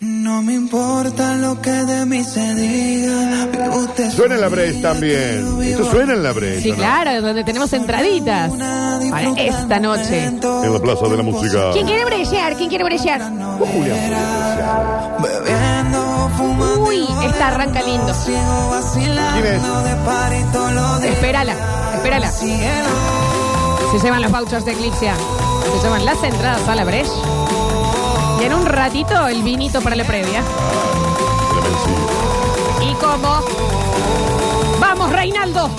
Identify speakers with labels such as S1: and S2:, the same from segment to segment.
S1: no me importa lo que de mí se diga. vive usted
S2: Suena en la
S1: su
S2: Brace
S1: vida, que yo
S2: también.
S1: vivo
S2: Esto suena en la Brace.
S3: Sí,
S2: ¿o no?
S3: claro, donde tenemos entraditas para esta noche.
S2: En la Plaza de la Música. Uh,
S3: ¿Quién quiere brechear? ¿Quién quiere brechear?
S2: Vos, Julián, Julián,
S1: Bebiendo, fumando.
S3: Uy, esta arranca lindo.
S1: Sigo vacilando
S2: ¿Quién es?
S1: de par y todo lo de
S3: Espérala, espérala.
S1: cielo.
S3: Se llevan los vouchers de Eclipsia. Se llevan las entradas a la Breche. Y en un ratito el vinito para la previa.
S2: la vencida.
S3: Y como. ¡Vamos, Reinaldo!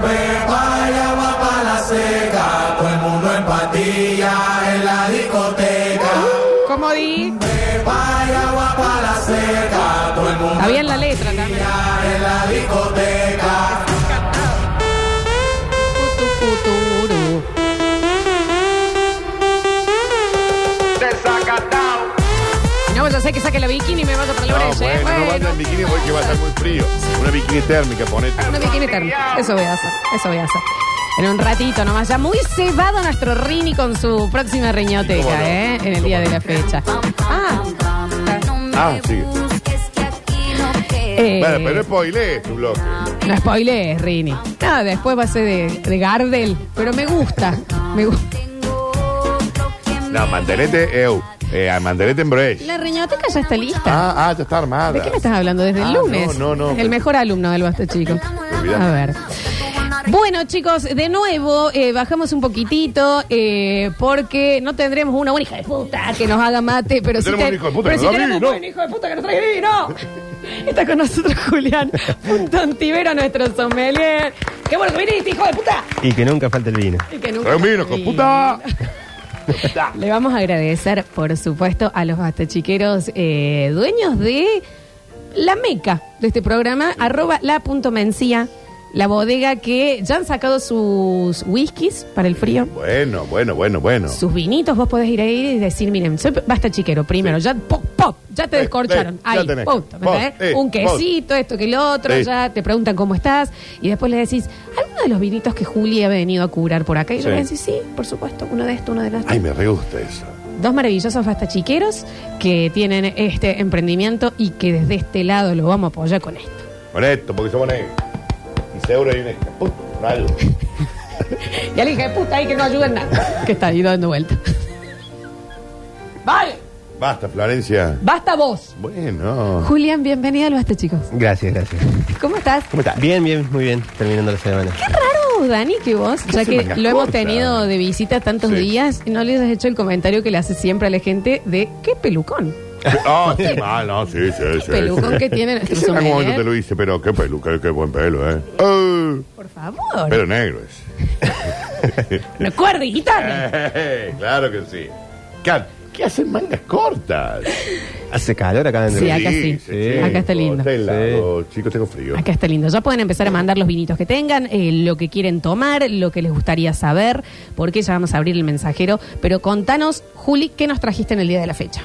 S4: Vaya va pa' la seca, todo el mundo en patilla en la discoteca.
S3: Como di.
S4: Vaya va pa' la seca, todo el mundo
S3: Está bien la letra también.
S4: en la discoteca.
S3: Cutucuturu. No vaya a ser que saque la bikini y me vaya para la
S2: No,
S3: Breche, ¿eh?
S2: Ah, bueno, no
S3: Bueno.
S2: vaya en bikini porque va a estar muy frío. Una bikini térmica, ponete.
S3: Ah, Una bikini térmica. Eso voy a hacer, eso voy a hacer. En un ratito nomás, ya muy cebado nuestro Rini con su próxima riñoteca,
S2: ¿Cómo no?
S3: ¿eh? En el día de la fecha. Ah,
S2: Ah, sigue.
S3: eh,
S2: Bueno, pero spoilé tu bloque.
S3: no spoilees, Rini. No, después va a ser de, de Gardel, pero me gusta. Me gusta.
S2: No, mantenete, eu. Eh, mantenete en Brace.
S3: La riñoteca ya está lista.
S2: Ah, ah, ya está armada.
S3: ¿De qué me estás hablando? Desde
S2: Ah,
S3: el lunes.
S2: no, no, no,
S3: El
S2: pero-
S3: mejor alumno del Basta Chico.
S2: Olvídate.
S3: A ver. Bueno, chicos, de nuevo eh, bajamos un poquitito eh, porque no tendremos una buena hija de puta que nos haga mate, pero
S2: No
S3: sí
S2: tenemos
S3: ten-
S2: un hijo de puta
S3: pero
S2: que
S3: sí
S2: nos da
S3: tenemos
S2: vino.
S3: un buen hijo de puta que nos trae vino. Está con nosotros Julián, un tontivero nuestro sommelier. ¡Qué bueno que viniste, hijo de puta!
S5: Y que nunca falte el vino.
S3: Y que nunca-
S2: Trae un vino, hijo de puta.
S3: Le vamos a agradecer, por supuesto, a los bastachiqueros eh, dueños de la meca de este programa, arroba la punto mencía, la bodega que ya han sacado sus whiskies para el frío.
S2: Bueno, bueno, bueno, bueno.
S3: Sus vinitos, vos podés ir ahí y decir, miren, soy basta chiquero primero, ya pop, pop, ya te
S2: Eh,
S3: descorcharon.
S2: eh, ya
S3: ahí,
S2: tenés.
S3: punto, ¿me
S2: Vos,
S3: entendés?
S2: eh,
S3: Un quesito, esto que el otro,
S2: Sí.
S3: ya te preguntan cómo estás, y después le decís, ¿alguno de los vinitos que Juli ha venido a curar por acá? Y yo
S2: Sí.
S3: le decís, sí, por supuesto, uno de estos, uno de los
S2: Ay, me re gusta eso.
S3: Dos maravillosos bastachiqueros que tienen este emprendimiento y que desde este lado lo vamos a apoyar con esto.
S2: Con esto, porque somos negros. Y seguro hay un extra. Puto, no hay algo.
S3: Y al hija de puta ahí que no ayuda en nada. Que está ahí dando vuelta. Vale,
S2: Basta, Florencia.
S3: basta vos.
S2: Bueno.
S3: Julián, bienvenido al Basta, chicos.
S5: Gracias, gracias.
S3: ¿Cómo estás?
S5: ¿Cómo estás? Bien, bien, muy bien. Terminando la semana.
S3: Qué raro, Dani, que vos, ya que
S2: semana
S3: lo hemos
S2: corta.
S3: tenido de visita tantos
S2: Sí.
S3: días, no les has hecho el comentario que le hace siempre a la gente de qué pelucón.
S2: Ah, qué mal, no, sí, sí, sí.
S3: pelucón que tiene
S2: Que
S3: nuestro
S2: En algún momento te
S3: sommelier.
S2: lo hice, pero qué peluca, qué buen pelo, ¿eh? Eh,
S3: Por favor.
S2: Pelo negro es.
S3: Recuerda, guitarra.
S2: Eh, claro que sí. Cat, ¿qué hacen mangas cortas?
S5: Hace calor acá dentro.
S3: Sí, acá sí. Acá está lindo.
S2: Está helado, chicos, tengo frío.
S3: Acá está lindo. Ya pueden empezar a mandar los vinitos que tengan, eh, lo que quieren tomar, lo que les gustaría saber, porque ya vamos a abrir el mensajero. Pero contanos, Juli, ¿qué nos trajiste en el día de la fecha?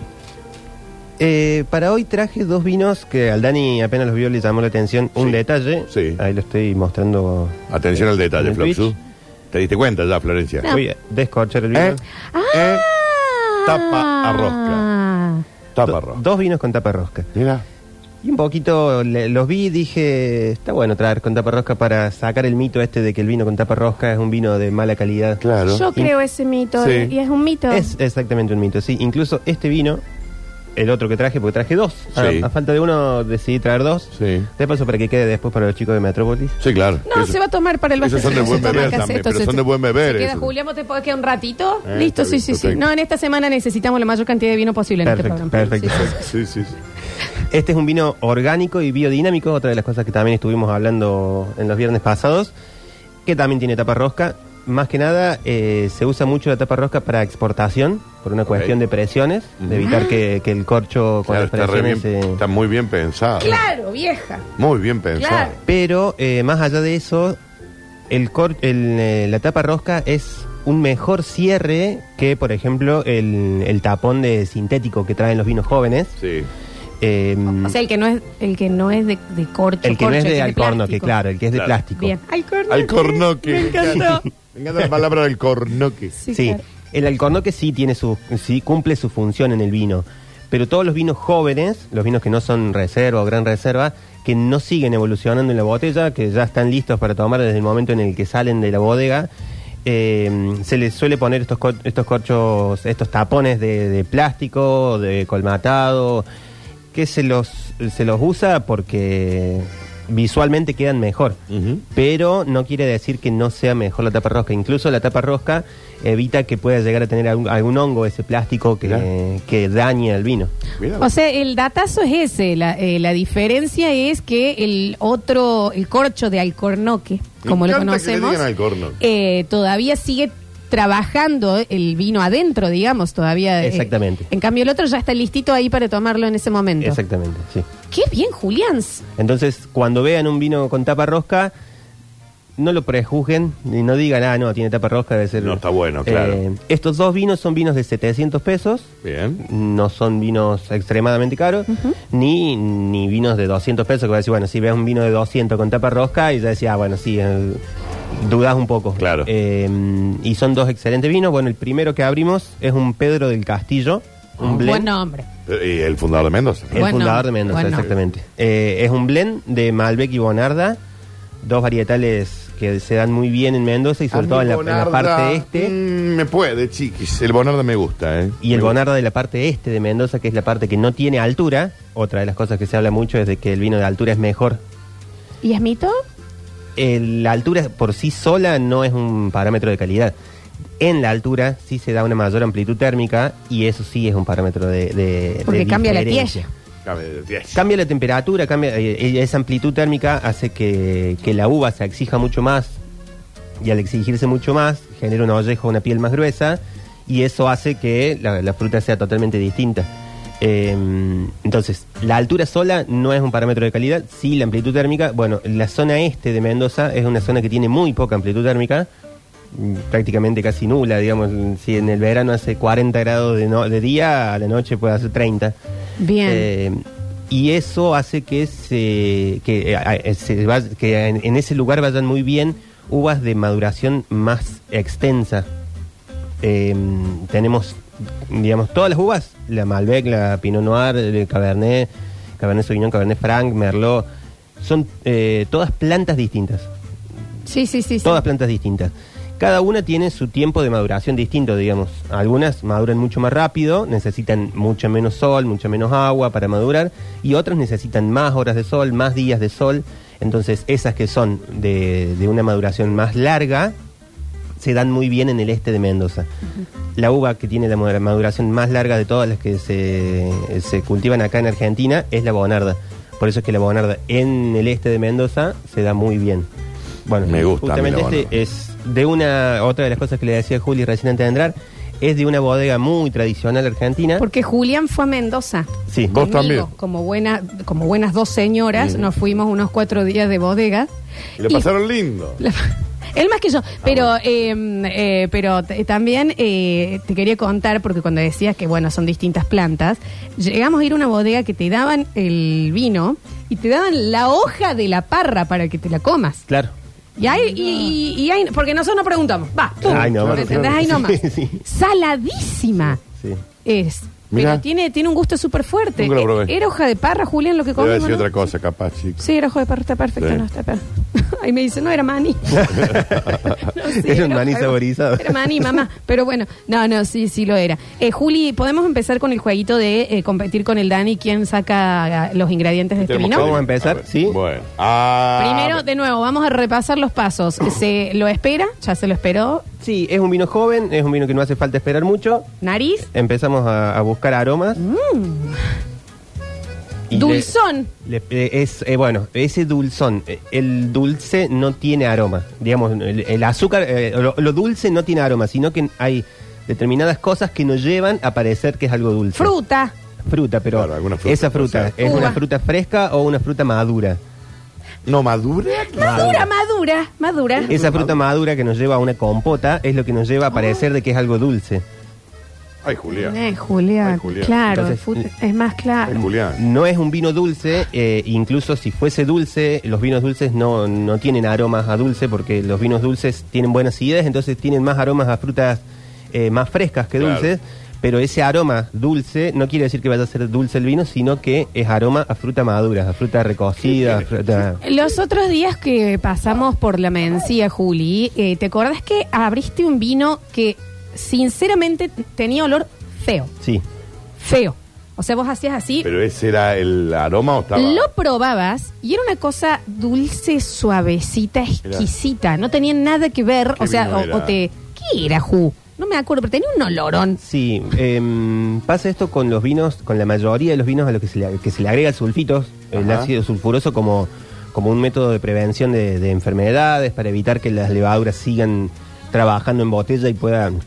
S5: Eh, para hoy traje dos vinos que al Dani apenas los vio le llamó la atención. Un
S2: Sí.
S5: detalle.
S2: Sí.
S5: Ahí lo estoy mostrando.
S2: Atención al detalle,
S5: en
S2: Floxu.
S5: Twitch.
S2: ¿Te diste cuenta ya, Florencia?
S5: Voy a descorchar el vino.
S2: ¿Eh?
S3: Ah.
S2: ¿Eh? Tapa a
S3: rosca.
S2: Tapa
S5: Do-
S2: roja.
S5: Dos vinos con tapa rosca.
S2: Mira.
S5: Y un poquito le- los vi y dije, está bueno traer con tapa rosca para sacar el mito este de que el vino con tapa rosca es un vino de mala calidad.
S2: Claro.
S6: Yo creo ese mito
S2: Sí.
S6: y es un mito.
S5: Es exactamente un mito, sí. Incluso este vino, el otro que traje, porque traje dos. A-
S2: Sí.
S5: A, falta de uno decidí traer dos.
S2: Sí.
S5: De paso para que quede después para los chicos de Metrópolis.
S2: Sí, claro.
S3: No, se va a tomar para el
S2: Esos son de
S3: Basta
S2: buen
S3: Chicos, se
S2: beber
S3: toma acá,
S2: también,
S3: esto
S2: pero
S3: se-
S2: son de buen
S3: se
S2: beber.
S3: queda,
S2: esos.
S3: Julián, ¿vos te podés quedar un ratito?
S2: Eh,
S3: Listo,
S2: está
S3: sí,
S2: bien,
S3: sí, sí.
S2: perfecto.
S3: No, en esta semana necesitamos la mayor cantidad de vino posible en
S5: Perfecto,
S3: este programa.
S5: perfecto.
S3: Sí, sí, sí.
S2: Sí, sí, sí.
S5: Este es un vino orgánico y biodinámico, otra de las cosas que también estuvimos hablando en los viernes pasados, que también tiene tapa rosca. Más que nada, eh, se usa mucho la tapa rosca para exportación, por una
S2: Ok.
S5: cuestión de presiones, de evitar que, que el corcho con
S2: Claro,
S5: las
S2: está, re bien,
S5: presiones se-
S2: está muy bien pensado.
S3: Claro, vieja.
S2: Muy bien pensado.
S5: Pero eh, más allá de eso, el cor- el, eh, la tapa rosca es un mejor cierre que, por ejemplo, el, el tapón de sintético que traen los vinos jóvenes.
S2: Sí.
S5: Eh,
S2: Mm.
S3: O sea, el que no es, el que no es de, de corcho.
S5: el que no
S3: corcho,
S5: es de
S3: el
S5: alcornoque,
S3: plástico.
S5: claro, el que es de
S2: Claro.
S5: plástico.
S3: Bien. Alcornoque.
S2: Al cornoque.
S3: Me encantó.
S2: Me encanta la palabra del cornoque.
S5: Sí, el alcornoque sí tiene su, sí cumple su función en el vino, Pero todos los vinos jóvenes, los vinos que no son reserva o gran reserva, que no siguen evolucionando en la botella, que ya están listos para tomar desde el momento en el que salen de la bodega, eh, se les suele poner estos, cor- estos corchos, estos tapones de, de plástico, de colmatado, que se los, se los usa porque visualmente quedan mejor.
S2: Ujú.
S5: Pero no quiere decir que no sea mejor la tapa rosca. Incluso la tapa rosca evita que pueda llegar a tener algún, algún hongo, ese plástico que,
S2: Mirá.
S5: que daña el vino.
S2: Mira,
S3: O sea, el datazo es ese. La, eh, la diferencia es que el otro, el corcho de Alcornoque,
S2: Me
S3: como lo
S2: encanta que le
S3: conocemos,
S2: digan Alcornoque.
S3: eh, todavía sigue trabajando el vino adentro, digamos, todavía. eh,
S5: Exactamente.
S3: en cambio, el otro ya está listito ahí para tomarlo en ese momento.
S5: Exactamente, sí.
S3: Qué bien, Julián.
S5: Entonces, cuando vean un vino con tapa rosca, no lo prejuzguen y no digan, ah, no, tiene tapa rosca, debe ser. Eh,
S2: No está bueno, claro.
S5: estos dos vinos son vinos de 700 pesos.
S2: Bien.
S5: No son vinos extremadamente caros, ni, ni vinos de 200 pesos. Que vas a decir, bueno, si ves un vino de 200 con tapa rosca, y ya decía, ah, bueno, sí, eh, dudás un poco.
S2: Claro.
S5: Eh, y son dos excelentes vinos. Bueno, el primero que abrimos es un Pedro del Castillo, un blend.
S3: Buen nombre.
S2: Y el fundador de Mendoza.
S5: El
S3: Ah, Bueno,
S5: fundador de Mendoza,
S3: bueno.
S5: exactamente. Eh, es un blend de Malbec y Bonarda, dos varietales que se dan muy bien en Mendoza y
S3: Ah,
S5: sobre todo en la, en la parte este.
S3: Mm.
S2: mm, me puede, chiquis. El Bonarda me gusta, ¿eh?
S5: Y el
S2: Me gusta.
S5: Bonarda de la parte este de Mendoza, que es la parte que no tiene altura. Otra de las cosas que se habla mucho es de que el vino de altura es mejor.
S3: ¿Y es mito?
S5: El- la altura por sí sola no es un parámetro de calidad. En la altura sí se da una mayor amplitud térmica y eso sí es un parámetro de, de-
S3: Porque
S5: de
S3: cambia la
S5: diferencia.
S3: tierra.
S2: Dame, diez.
S5: Cambia la temperatura, cambia eh, eh, esa amplitud térmica hace que, que la uva se exija mucho más y al exigirse mucho más genera una olleja, una piel más gruesa y eso hace que la, la fruta sea totalmente distinta. Eh, entonces, la altura sola no es un parámetro de calidad, sí la amplitud térmica. Bueno, la zona este de Mendoza es una zona que tiene muy poca amplitud térmica, mm, prácticamente casi nula, digamos. Si en el verano hace 40 grados de, no- de día, a la noche puede hacer 30.
S3: Bien.
S5: Eh, y eso hace que se, que, eh, eh, se va- que en, en ese lugar vayan muy bien uvas de maduración más extensa. Eh, tenemos, digamos, todas las uvas, la Malbec, la Pinot Noir, el Cabernet, Cabernet Sauvignon, Cabernet Franc, Merlot, son eh, todas plantas distintas.
S3: Sí, sí, sí. sí.
S5: Todas plantas distintas. Cada una tiene su tiempo de maduración distinto, digamos. Algunas maduran mucho más rápido, necesitan mucho menos sol, mucho menos agua para madurar, y otras necesitan más horas de sol, más días de sol. Entonces, esas que son de, de una maduración más larga, se dan muy bien en el este de Mendoza. La uva que tiene la moder- maduración más larga de todas las que se, se cultivan acá en Argentina es la bonarda. Por eso es que la bonarda en el este de Mendoza se da muy bien. Bueno,
S2: Me gusta a mí la
S5: Justamente
S2: Bonarda.
S5: este es de una, otra de las cosas que le decía Juli recién antes de entrar, es de una bodega muy tradicional argentina.
S3: Porque Julián fue a Mendoza.
S5: Sí,
S2: Vos también. Mm.
S3: Como, buena, como buenas dos señoras, nos fuimos unos cuatro días de bodega.
S2: Y lo
S3: Y-
S2: pasaron lindo.
S3: La- Él más que yo, pero eh, eh, pero t- también eh, te quería contar, porque cuando decías que, bueno, son distintas plantas, llegamos a ir a una bodega que te daban el vino y te daban la hoja de la parra para que te la comas.
S5: claro.
S3: Y ahí, y, y- y ahí- porque nosotros no preguntamos, va, tú,
S5: Ay, no,
S3: ¿me entendés?
S5: claro.
S3: Ahí nomás.
S5: Sí, sí.
S3: Saladísima
S5: Sí.
S3: es.
S2: Mirá.
S3: Pero tiene, tiene un gusto súper fuerte.
S2: Nunca lo probé.
S3: Eh, Era hoja de parra, Julián, lo que
S2: Debe
S3: comimos.
S2: decir
S3: ¿no?
S2: otra cosa, capaz, chicos.
S3: Sí, era hoja de parra, está perfecto,
S2: Sí.
S3: no está per- Ahí me dice, no, era maní. No, sí,
S5: Era un maní
S3: hoja de-
S5: saborizado.
S3: Era maní, mamá. Pero bueno, no, no, sí, sí lo era. Eh, Juli, ¿podemos empezar con el jueguito de eh, competir con el Dani? ¿Quién saca ah, los ingredientes de este
S2: Tenemos
S3: vino?
S2: que-
S5: Vamos a empezar,
S2: ver.
S5: sí.
S2: Bueno. Ah,
S3: Primero, de nuevo, vamos a repasar los pasos. Se lo espera, ya se lo esperó.
S5: Sí, es un vino joven, es un vino que no hace falta esperar mucho.
S3: Nariz,
S5: Empezamos a, a buscar aromas. Y
S3: Mm. dulzón.
S5: le- le- eh, es eh, bueno, ese dulzón, eh, el dulce no tiene aroma. Digamos, el, el azúcar, eh, lo, lo dulce no tiene aroma, sino que hay determinadas cosas que nos llevan a parecer que es algo dulce.
S3: Fruta.
S5: Fruta, pero
S2: Claro, alguna fruta,
S5: esa fruta
S2: puede
S3: ser.
S5: es
S3: Uva.
S5: una fruta fresca o una fruta madura.
S2: ¿No madura?
S3: Madura, madura, madura.
S5: Esa fruta madura que nos lleva a una compota es lo que nos lleva a parecer de que es algo dulce.
S2: Ay, Julián.
S3: Eh, Julián,
S2: Ay, Julián.
S3: claro,
S5: Entonces,
S3: fut- es más
S2: Ay,
S3: claro.
S2: Julián.
S5: No es un vino dulce, eh, incluso si fuese dulce, los vinos dulces no, no tienen aromas a dulce porque los vinos dulces tienen buenas ideas, entonces tienen más aromas a frutas eh, más frescas que
S2: Claro.
S5: dulces, Pero ese aroma dulce no quiere decir que vaya a ser dulce el vino, sino que es aroma a fruta madura, a fruta recocida, a fruta...
S3: Los otros días que pasamos por la mencía, Juli, eh, ¿te acordás que abriste un vino que sinceramente tenía olor feo?
S5: Sí.
S3: Feo. O sea, vos hacías así,
S2: Pero ese era el aroma o estaba.
S3: lo probabas y era una cosa dulce, suavecita, exquisita. No tenía nada que ver.
S2: ¿Qué
S3: O sea,
S2: vino
S3: o,
S2: era?
S3: o te. ¿Qué era, Ju? No me acuerdo, pero tenía un olorón.
S5: Sí, em, pasa esto con los vinos, con la mayoría de los vinos a los que se le, que se le agrega el sulfitos, el
S2: Ajá.
S5: ácido sulfuroso, como, como un método de prevención de, de enfermedades, para evitar que las levaduras sigan trabajando en botella y puedan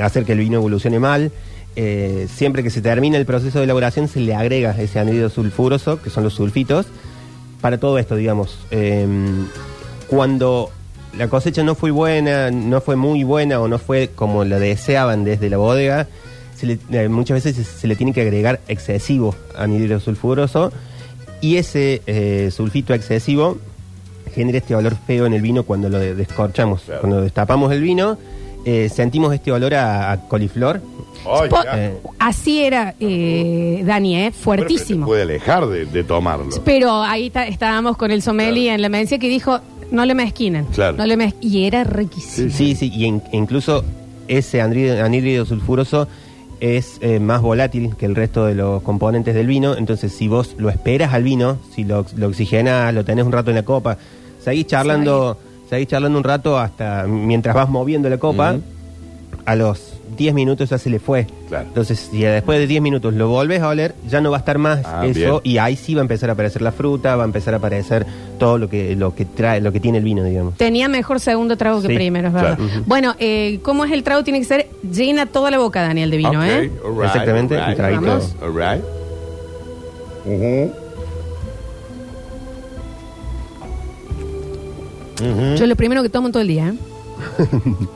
S5: hacer que el vino evolucione mal. Eh, siempre que se termina el proceso de elaboración se le agrega ese anhídrido sulfuroso, que son los sulfitos, para todo esto, digamos. em, cuando la cosecha no fue buena, no fue muy buena o no fue como la deseaban desde la bodega, se le- eh, muchas veces se, se le tiene que agregar excesivo anhídrido sulfuroso y ese eh, sulfito excesivo genera este olor feo en el vino cuando lo de- descorchamos,
S2: Claro.
S5: cuando destapamos el vino. eh, sentimos este olor a, a coliflor.
S2: Ay,
S3: Po-
S2: ya.
S5: Eh,
S3: Así era, eh, Dani, ¿eh?
S2: Bueno, pero te
S3: Fuertísimo.
S2: puede alejar de, de tomarlo.
S3: Pero ahí ta- estábamos con el sommelier en la mencia que dijo, no le mezquinen.
S2: Claro.
S3: No le mez- y era riquísimo.
S5: Sí, sí, y en- incluso ese anhídrido, anhídrido sulfuroso es eh, más volátil que el resto de los componentes del vino, entonces si vos lo esperas al vino, si lo, ox- lo oxigenás, lo tenés un rato en la copa, seguís charlando, seguís charlando un rato hasta mientras vas moviendo la copa, a los 10 minutos ya se le fue.
S2: Claro.
S5: Entonces, si después de 10 minutos lo volvés a oler, ya no va a estar más
S2: Ah,
S5: eso y ahí sí va a empezar a aparecer la fruta, va a empezar a aparecer todo lo que lo que trae, lo que tiene el vino, digamos.
S3: Tenía mejor segundo trago que
S5: Sí,
S3: primero, es
S2: claro.
S3: verdad. Bueno, eh, ¿cómo es el trago? Tiene que ser llena toda la boca, Daniel, de vino,
S2: Ok,
S3: ¿eh?
S2: all right,
S5: Exactamente,
S2: all right,
S5: el traguito.
S2: Vamos. all right. Ujú.
S3: Yo lo primero que tomo en todo el día, ¿eh?
S2: Em,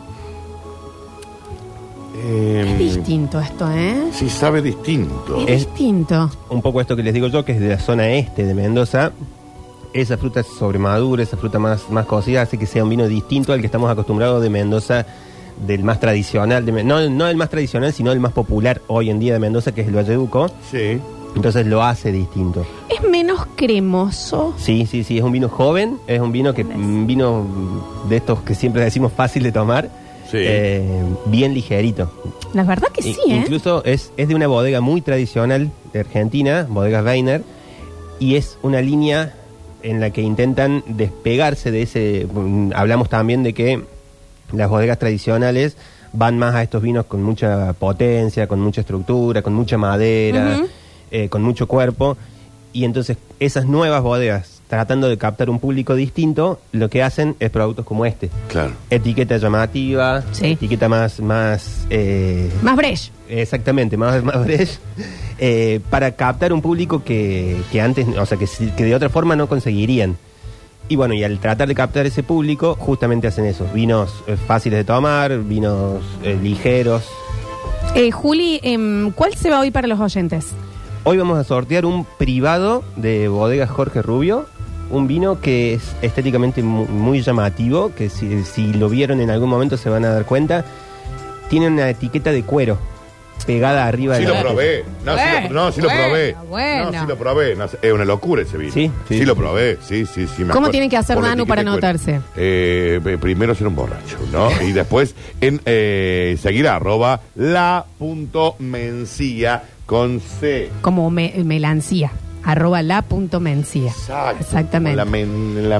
S2: Mm.
S3: Es distinto esto, ¿eh?
S2: sí, sabe distinto.
S3: Es,
S5: Es-
S3: distinto.
S5: un poco esto que les digo yo, que es de la zona este de Mendoza. Esa fruta sobremadura, esa fruta más, más cocida, hace que sea un vino distinto al que estamos acostumbrados de Mendoza, del más tradicional, de Men- no, no el más tradicional, sino el más popular hoy en día de Mendoza, que es el Valleduco.
S2: Sí.
S5: Entonces lo hace distinto.
S3: Es menos cremoso.
S5: Sí, sí, sí, es un vino joven, es un vino que un vino de estos que siempre decimos fácil de tomar,
S2: Sí.
S5: eh, bien ligerito.
S3: La verdad que
S5: I-
S3: sí, ¿eh?
S5: Incluso es, es de una bodega muy tradicional de Argentina, Bodegas Weiner, y es una línea en la que intentan despegarse de ese. mm, Hablamos también de que las bodegas tradicionales van más a estos vinos con mucha potencia, con mucha estructura, con mucha madera,
S3: Ujú.
S5: eh, con mucho cuerpo. Y entonces esas nuevas bodegas, tratando de captar un público distinto, lo que hacen es productos como este.
S2: Claro.
S5: Etiqueta llamativa,
S3: Sí.
S5: etiqueta más, más eh,
S3: Más breche.
S5: Exactamente, más, más fresh, eh, para captar un público que, que antes, o sea, que, si- que de otra forma no conseguirían. Y bueno, y al tratar de captar ese público, justamente hacen eso, vinos eh, fáciles de tomar, vinos eh, ligeros.
S3: Eh, Juli, em, ¿cuál se va hoy para los oyentes?
S5: Hoy vamos a sortear un privado de bodega Jorge Rubio, un vino que es estéticamente mu- muy llamativo, que si, si lo vieron en algún momento se van a dar cuenta, tiene una etiqueta de cuero pegada arriba
S2: Sí
S5: de la
S2: lo
S5: botella.
S2: probé. No, sí lo, no, sí lo
S3: Bueno,
S2: probé.
S3: bueno.
S2: No, sí lo probé. No, es una locura ese vino.
S5: Sí, sí.
S2: sí lo probé. Sí, sí, sí. me
S3: ¿Cómo
S2: acuerdo.
S3: tiene que hacer
S2: Por la
S3: Manu
S2: etiqueta
S3: para
S2: de cuero.
S3: anotarse?
S2: Eh, eh, primero ser un borracho, ¿no? Y después en eh, seguir a arroba la punto mencía con C.
S3: Como me- melancía. Arroba la punto mencía.
S2: Exacto.
S3: Exactamente.
S2: La, men- la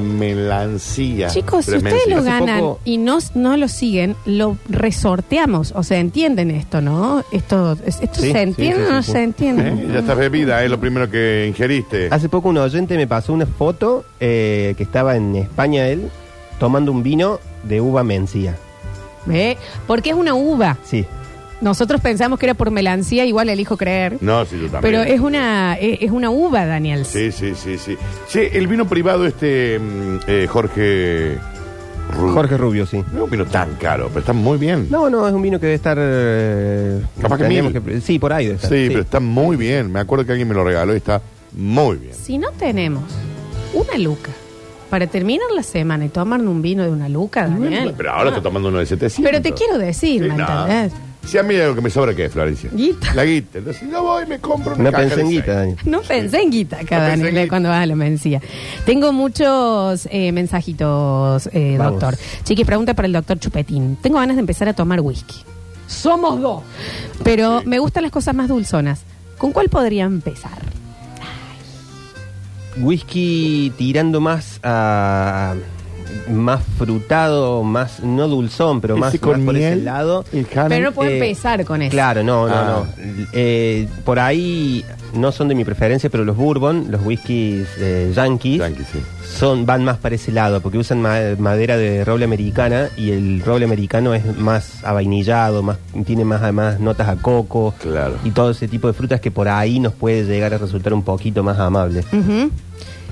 S2: melancía.
S3: Chicos, si
S2: Pero es
S3: ustedes
S2: mencía.
S3: lo
S5: Hace
S3: ganan
S5: poco-
S3: y no, no lo siguen, lo resorteamos. O sea, entienden esto, ¿no? Esto, es- esto
S5: Sí,
S3: se entiende
S5: sí,
S3: o
S5: sí,
S3: no
S5: sí.
S3: se entiende.
S2: Eh, Ya estás bebida, es lo primero que ingeriste.
S5: Hace poco un oyente me pasó una foto eh, que estaba en España él tomando un vino de uva mencía.
S3: ¿Ve? Porque es una uva.
S5: Sí.
S3: Nosotros pensamos que era por melancía, igual elijo creer.
S2: No, sí, yo también.
S3: pero es una, eh, es una uva, Daniel.
S2: Sí, sí, sí, sí. Sí, el vino privado este, mm, eh, Jorge... Ru-
S5: Jorge Rubio, sí.
S2: No es un vino tan caro, pero está muy bien.
S5: No, no, es un vino que debe estar... eh,
S2: Capaz que
S5: tendríamos
S2: mil.
S5: sí, por ahí debe
S2: sí,
S5: estar,
S2: pero está muy bien. Me acuerdo que alguien me lo regaló y está muy bien.
S3: Si no tenemos una luca para terminar la semana y tomar un vino de una luca, Daniel.
S2: Pero ahora está tomando uno de 700.
S3: Pero te quiero decir,
S2: Sí,
S3: ¿me
S2: no.
S3: entendés?
S2: Si a mí hay algo que me sobra, ¿qué es, Florencia?
S3: Guita.
S2: La guita. Entonces, no voy, me compro una
S5: No
S2: caja
S5: pensé en
S2: de
S5: guita,
S2: seis.
S5: Dani.
S3: No pensé en guita acá,
S2: No pensé en
S3: Daniel,
S2: guita.
S3: cuando vas a la mencía. Tengo muchos eh, mensajitos, eh,
S5: Vamos.
S3: doctor. Chiquis, pregunta para el doctor Chupetín. Tengo ganas de empezar a tomar whisky. Somos dos. Pero me gustan las cosas más dulzonas. ¿Con cuál podría empezar?
S5: Whisky tirando más a. Más frutado, más. No dulzón, pero
S2: Ese
S5: más,
S2: con
S5: más por ese
S2: miel,
S5: lado.
S2: el jarabe.
S3: Pero no puedo empezar con eso.
S5: Eh, Claro, no, no,
S2: Ah.
S5: no. L- eh, por ahí no son de mi preferencia, pero los bourbon, los whiskies eh, yankees,
S2: Yankee, sí.
S5: son, van más para ese lado, porque usan ma- madera de roble americana y el roble americano es más avainillado, más, tiene más además notas a coco
S2: Claro.
S5: y todo ese tipo de frutas que por ahí nos puede llegar a resultar un poquito más amable.
S3: Ujú.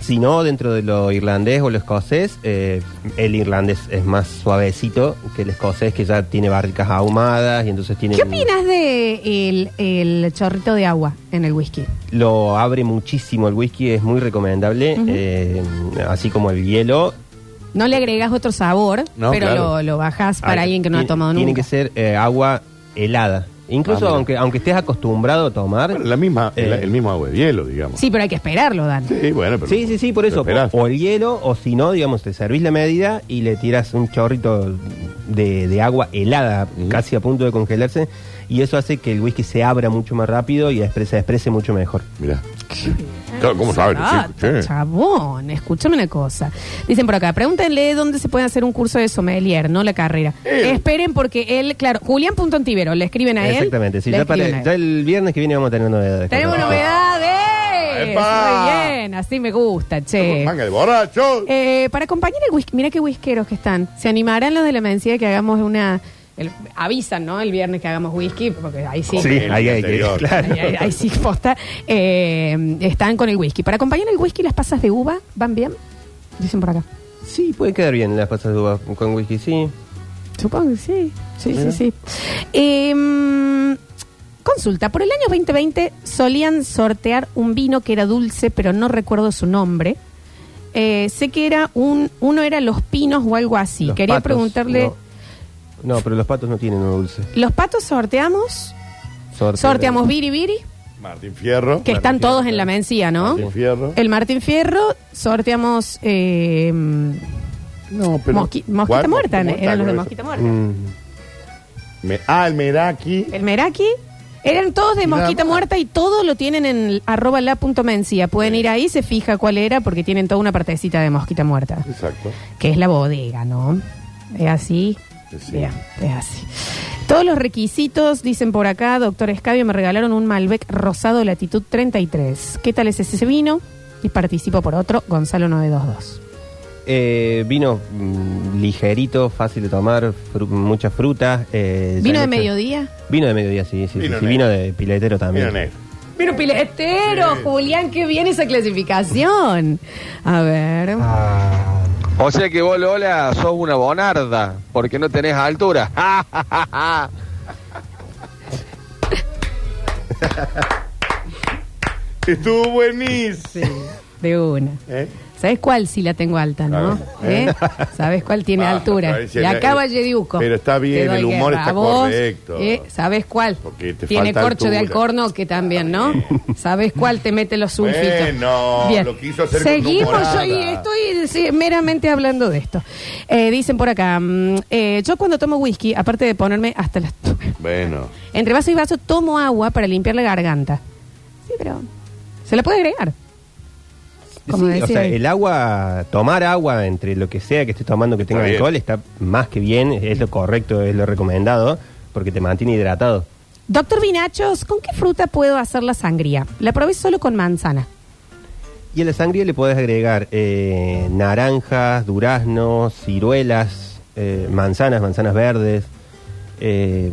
S5: Si no, dentro de lo irlandés o lo escocés, eh, el irlandés es más suavecito que el escocés, que ya tiene barricas ahumadas y entonces tiene...
S3: ¿Qué opinas de el, el chorrito de agua en el whisky?
S5: Lo abre muchísimo el whisky, es muy recomendable,
S3: Ujú.
S5: eh, así como el hielo.
S3: No le agregas otro sabor,
S2: No,
S3: pero
S2: claro.
S3: lo, lo bajas para
S5: Ah,
S3: alguien que no ha
S5: tiene-
S3: tomado nunca.
S5: Tiene que ser eh, agua helada. Incluso
S2: Ah, mira.
S5: aunque, aunque estés acostumbrado a tomar...
S2: Bueno, la misma, el,
S5: Eh.
S2: el mismo agua de hielo, digamos.
S3: Sí, pero hay que esperarlo, Dan.
S2: Sí, bueno, pero.
S5: Sí, sí, sí, por eso.
S2: pero esperás.
S5: O el hielo, o si no, digamos, te servís la medida y le tiras un chorrito de, de agua helada,
S2: Ujú.
S5: casi a punto de congelarse, y eso hace que el whisky se abra mucho más rápido y exprese, exprese mucho mejor.
S2: Mirá. Claro, ¿Cómo sabes?
S3: Ah,
S2: che?
S3: Chabón, escúchame una cosa. Dicen por acá, pregúntenle dónde se puede hacer un curso de sommelier, no la carrera.
S2: Él.
S3: Esperen porque él, claro, Julián.antivero, le escriben a él.
S5: Exactamente, sí,
S3: le
S5: ya, para-
S3: escriben a él.
S5: ya el viernes que viene vamos a tener novedades.
S3: Tenemos
S5: Con respecto.
S3: novedades.
S2: ¡Epa!
S3: Muy bien, así me gusta, che.
S2: Manga de borracho.
S3: Eh, para acompañar el whisky, mira qué whiskeros que están. ¿Se animarán los de la mencía que hagamos una... el- avisan, ¿no? El viernes que hagamos whisky, porque ahí sí.
S5: Sí, ahí hay que.
S2: Anterior.
S5: Claro.
S3: Ahí, ahí, ahí sí, posta. Eh, están con el whisky. Para acompañar el whisky, las pasas de uva van bien. Dicen por acá.
S5: Sí, puede quedar bien las pasas de uva con whisky, sí.
S3: Supongo que sí. Sí, sí,
S5: Mira.
S3: sí. Eh, consulta. Por el año 2020 solían sortear un vino que era dulce, pero no recuerdo su nombre. Eh, sé que era un. Uno era Los Pinos o algo así.
S5: Los
S3: Quería
S5: patos,
S3: preguntarle.
S5: No. No, pero los patos no tienen uno dulce.
S3: Los patos sorteamos.
S5: Sorte-
S3: Sorteamos Biri Biri,
S2: Martín Fierro.
S3: que están
S5: Martín
S3: todos
S5: Fierro.
S3: en la mencía, ¿no?
S2: Martín Fierro.
S3: El Martín Fierro, sorteamos eh,
S2: No,
S3: Mosqui- Mosquita
S2: ¿Cuál?
S3: Muerta,
S2: Mosquita
S3: eran los de
S2: creo
S3: Mosquita Muerta.
S5: Mm,
S2: Me- ah, el Meraki.
S3: El Meraki, eran todos de
S2: Nada
S3: Mosquita
S2: más.
S3: Muerta y todo lo tienen en arroba la punto mencía. Pueden ir ahí, se fija cuál era, porque tienen toda una partecita de Mosquita Muerta,
S2: Exacto.
S3: que es la bodega, ¿no? Es así.
S2: Sí.
S3: Bien, es así. Todos los requisitos, dicen por acá, doctor Escabio, me regalaron un Malbec rosado latitud 33. ¿Qué tal es ese vino? Y participo por otro, Gonzalo 922.
S5: eh, vino mm, ligerito, fácil de tomar, fru- muchas frutas. eh,
S3: ¿Vino de
S5: ya hay mucha-
S3: mediodía?
S5: Vino de mediodía, sí, sí. sí, sí,
S2: Vino
S5: Vino,
S2: negro.
S5: de piletero también.
S2: Mira, negro.
S3: Pero piletero,
S2: Sí.
S3: Julián, qué bien esa clasificación. A ver.
S2: Ah.
S6: O sea que vos, Lola, sos una bonarda, porque no tenés altura.
S2: Estuvo buenísimo.
S3: De una.
S2: ¿Eh?
S3: ¿Sabes cuál sí la tengo alta, no?
S2: Claro.
S3: ¿Eh? ¿Sabes cuál tiene
S2: Baja,
S3: altura?
S2: Florencia,
S3: Y
S2: la-
S3: acá Valle Diuco.
S2: Pero está bien,
S3: Te doy
S2: el humor
S3: guerra.
S2: está
S3: ¿A vos?
S2: correcto.
S3: ¿Eh? ¿Sabes cuál?
S2: Porque te
S3: tiene
S2: falta
S3: corcho de
S2: altura.
S3: alcorno que también, ¿no? ¿Sabes cuál te mete los
S2: Bueno,
S3: sulfitos?
S2: lo quiso hacer con
S3: Seguimos,
S2: humorada.
S3: yo y estoy sí, meramente hablando de esto. Eh, dicen por acá, mm, eh, yo cuando tomo whisky, aparte de ponerme hasta las...
S2: Bueno.
S3: Entre vaso y vaso tomo agua para limpiar la garganta. Sí, pero se la puede agregar. Como
S5: Sí,
S3: decía
S5: o sea,
S3: él.
S5: el agua, tomar agua entre lo que sea que estés tomando que tenga
S2: Está bien.
S5: alcohol está más que bien, es lo correcto, es lo recomendado, porque te mantiene hidratado.
S3: Doctor Vinachos, ¿con qué fruta puedo hacer la sangría? La probé solo con manzana.
S5: Y a la sangría le podés agregar eh, naranjas, duraznos, ciruelas, eh, manzanas, manzanas verdes. eh,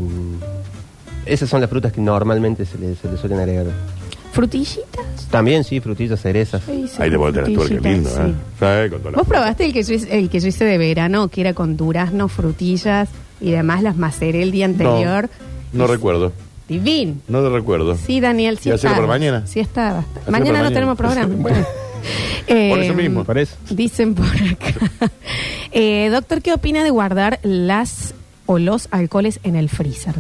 S5: esas son las frutas que normalmente se le, se le suelen agregar.
S3: ¿Frutillitas?
S5: También, sí, frutillas, cerezas.
S3: Sí, sí,
S2: Ahí le volteas la tuerca,
S3: frutillitas,
S2: lindo,
S3: sí.
S2: ¿eh? ¿Sabes? Con toda la-
S3: ¿Vos probaste el que, yo hice, el que yo hice de verano, que era con durazno, frutillas y demás, las maceré el día anterior?
S2: No recuerdo.
S3: Divino.
S2: No lo recuerdo.
S3: Sí, Daniel, sí
S2: ¿Y hacerlo para
S3: estaba.
S2: mañana?
S3: Sí estaba.
S2: para
S3: Mañana no
S2: mañana.
S3: tenemos programa.
S2: Bueno.
S3: Eh,
S2: Por eso mismo.
S5: Por eso.
S3: Dicen por acá. Eh, doctor, ¿qué opina de guardar las o los alcoholes en el freezer?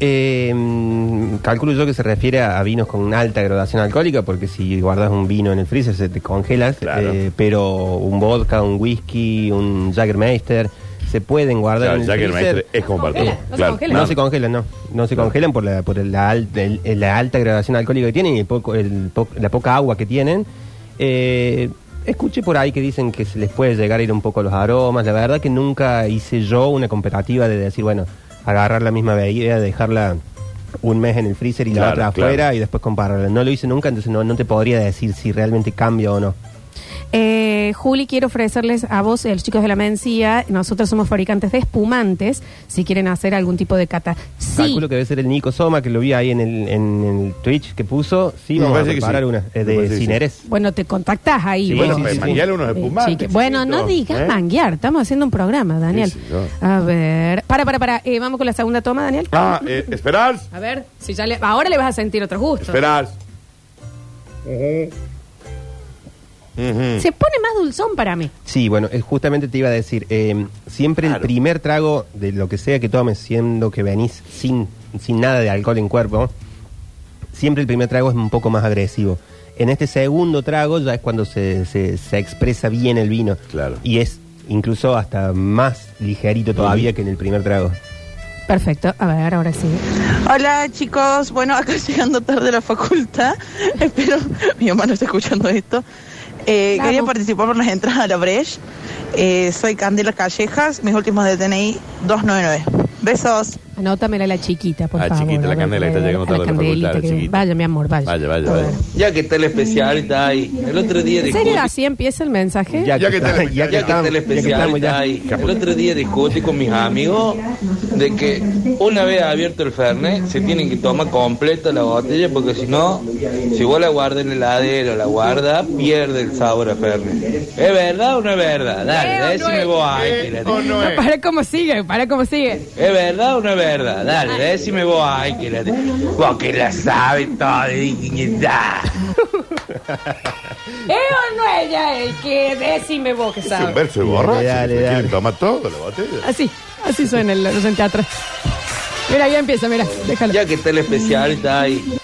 S5: Eh, mm, calculo yo que se refiere a, a vinos con alta graduación alcohólica, porque si guardas un vino en el freezer se te congelas,
S2: Claro.
S5: eh, pero un vodka, un whisky, un Jagermeister se pueden guardar
S2: Claro,
S5: en el
S2: ya que el
S5: freezer.
S2: maestro es compartido.
S3: No se
S2: Claro.
S3: congela.
S5: No se congelan, no. No se congelan por la, por la, al- el- el- la alta graduación alcohólica que tienen y el poco, el po- la poca agua que tienen. Eh, escuché por ahí que dicen que se les puede llegar a ir un poco los aromas. La verdad que nunca hice yo una comparativa de decir, bueno, agarrar la misma bebida, dejarla un mes en el freezer y
S2: Claro,
S5: la otra
S2: claro.
S5: afuera y después compararla. No lo hice nunca, entonces no, no te podría decir si realmente cambia o no.
S3: Eh, Juli, quiero ofrecerles a vos, eh, los chicos de la Mencía, nosotros somos fabricantes de espumantes, si quieren hacer algún tipo de cata. Sí,
S5: Calculo que debe ser el Nico Soma, que lo vi ahí en el, en el Twitch que puso. Sí,
S2: Me
S5: vamos a
S2: parece que
S5: preparar
S2: sí.
S5: una. eh,
S2: Me
S5: de
S2: parece que sí.
S5: Cineres.
S3: bueno, te contactás ahí. eh.
S5: Sí,
S3: vos.
S2: Bueno,
S5: sí,
S2: me
S5: sí.
S2: mangueale unos
S3: Eh,
S2: espumantes.
S3: chique- bueno, no
S2: chiquito,
S3: digas
S2: ¿eh?
S3: manguear, estamos haciendo un programa, Daniel.
S2: Sí, sí,
S3: A ver, para, para, para, eh, vamos con la segunda toma, Daniel.
S2: Ah, eh, esperar,
S3: A ver, si ya le- ahora le vas a sentir otro gusto.
S2: esperar. Ujú.
S3: Se pone más dulzón para mí.
S5: Sí, bueno, eh, justamente te iba a decir, eh, siempre
S2: Claro.
S5: el primer trago de lo que sea que tomes, siendo que venís sin, sin nada de alcohol en cuerpo, siempre el primer trago es un poco más agresivo. En este segundo trago ya es cuando se, se- se expresa bien el vino.
S2: Claro.
S5: Y es incluso hasta más ligerito todavía que en el primer trago.
S3: Perfecto, a ver, ahora sí.
S7: Hola chicos, bueno, acá llegando tarde a la facultad, espero mi mamá no está escuchando esto. Eh,
S3: Vamos.
S7: quería participar por las entradas a la Breche. Eh, soy Candela Callejas, mis últimos de DNI 299. Besos.
S3: Anótamela a la chiquita, por
S2: A la
S3: favor.
S2: chiquita, la
S3: a ver,
S2: Candela, que está
S3: a ver,
S2: llegando tarde a
S3: a la
S2: la
S3: Candelita,
S2: facultad, la
S3: que-
S2: chiquita.
S3: Vaya, mi amor, vaya.
S2: Vaya, vaya, vaya.
S8: Ya que está el especialista ahí, el otro día
S3: ¿En serio
S8: discutí,
S3: así empieza el mensaje?
S2: Ya que está la-
S5: ya que
S8: ya que está
S5: estamos-
S8: el
S5: ya que estamos ya-
S8: especialista ahí, el otro día discutí con mis amigos de que una vez abierto el fernet se tienen que tomar completa la botella porque si no, si vos la guardas en el heladero, la guardas, pierde el sabor a fernet. ¿Es verdad o no es verdad?
S3: ¿Eh o no
S8: Dale, decime
S3: es?
S8: vos, ay, que
S2: ¿Eh
S8: la-
S2: o no
S3: No,
S2: es?
S3: para cómo sigue, para cómo sigue.
S8: ¿Es verdad o no es verdad? Dale, decime vos, ay, que la... Vos que la sabes toda, y- y- y- da.
S3: ¿Eh o no ella el que decime vos que
S2: Es un
S3: sabes?
S2: verso de
S5: Dale,
S2: borracho.
S5: dale,
S2: se
S5: dale.
S2: quieren tomar todo la botella.
S3: Así, así suena el, los en teatro. Mira, ya empieza, mira, déjalo.
S8: Ya que está el especialista ahí.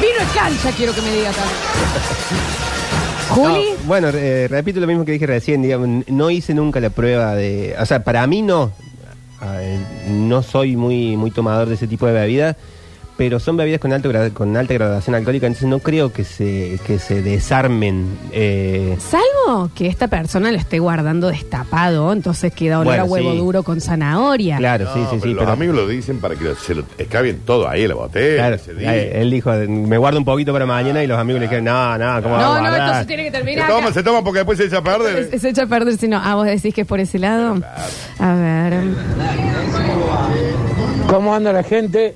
S3: Vino el cancha, quiero que me diga también. Juli,
S5: No, bueno, eh, repito lo mismo que dije recién, digamos, n- no hice nunca la prueba de, o sea, para mí no, A ver, no soy muy muy tomador de ese tipo de bebidas, pero son bebidas con alto gra- con alta graduación alcohólica, entonces no creo que se que se desarmen. eh,
S3: salvo que esta persona lo esté guardando destapado, entonces queda olor
S5: Bueno,
S3: a huevo
S5: sí.
S3: duro con zanahoria.
S5: claro, sí,
S2: No,
S5: sí,
S2: pero
S5: sí,
S2: los
S5: pero
S2: amigos lo dicen para que se lo escaben todo ahí en la botella.
S5: claro,
S2: ese día.
S5: eh, él dijo, me guardo un poquito para mañana y los amigos le dijeron, no, no, ¿cómo vas a
S3: No, no,
S5: guardar?"
S3: esto se tiene que
S2: se
S3: terminar.
S2: toma,
S3: acá.
S2: se toma porque después se echa a perder. eh.
S3: Se, se echa a perder si no. Ah, vos decís que es por ese lado. A ver.
S9: ¿Cómo anda la gente?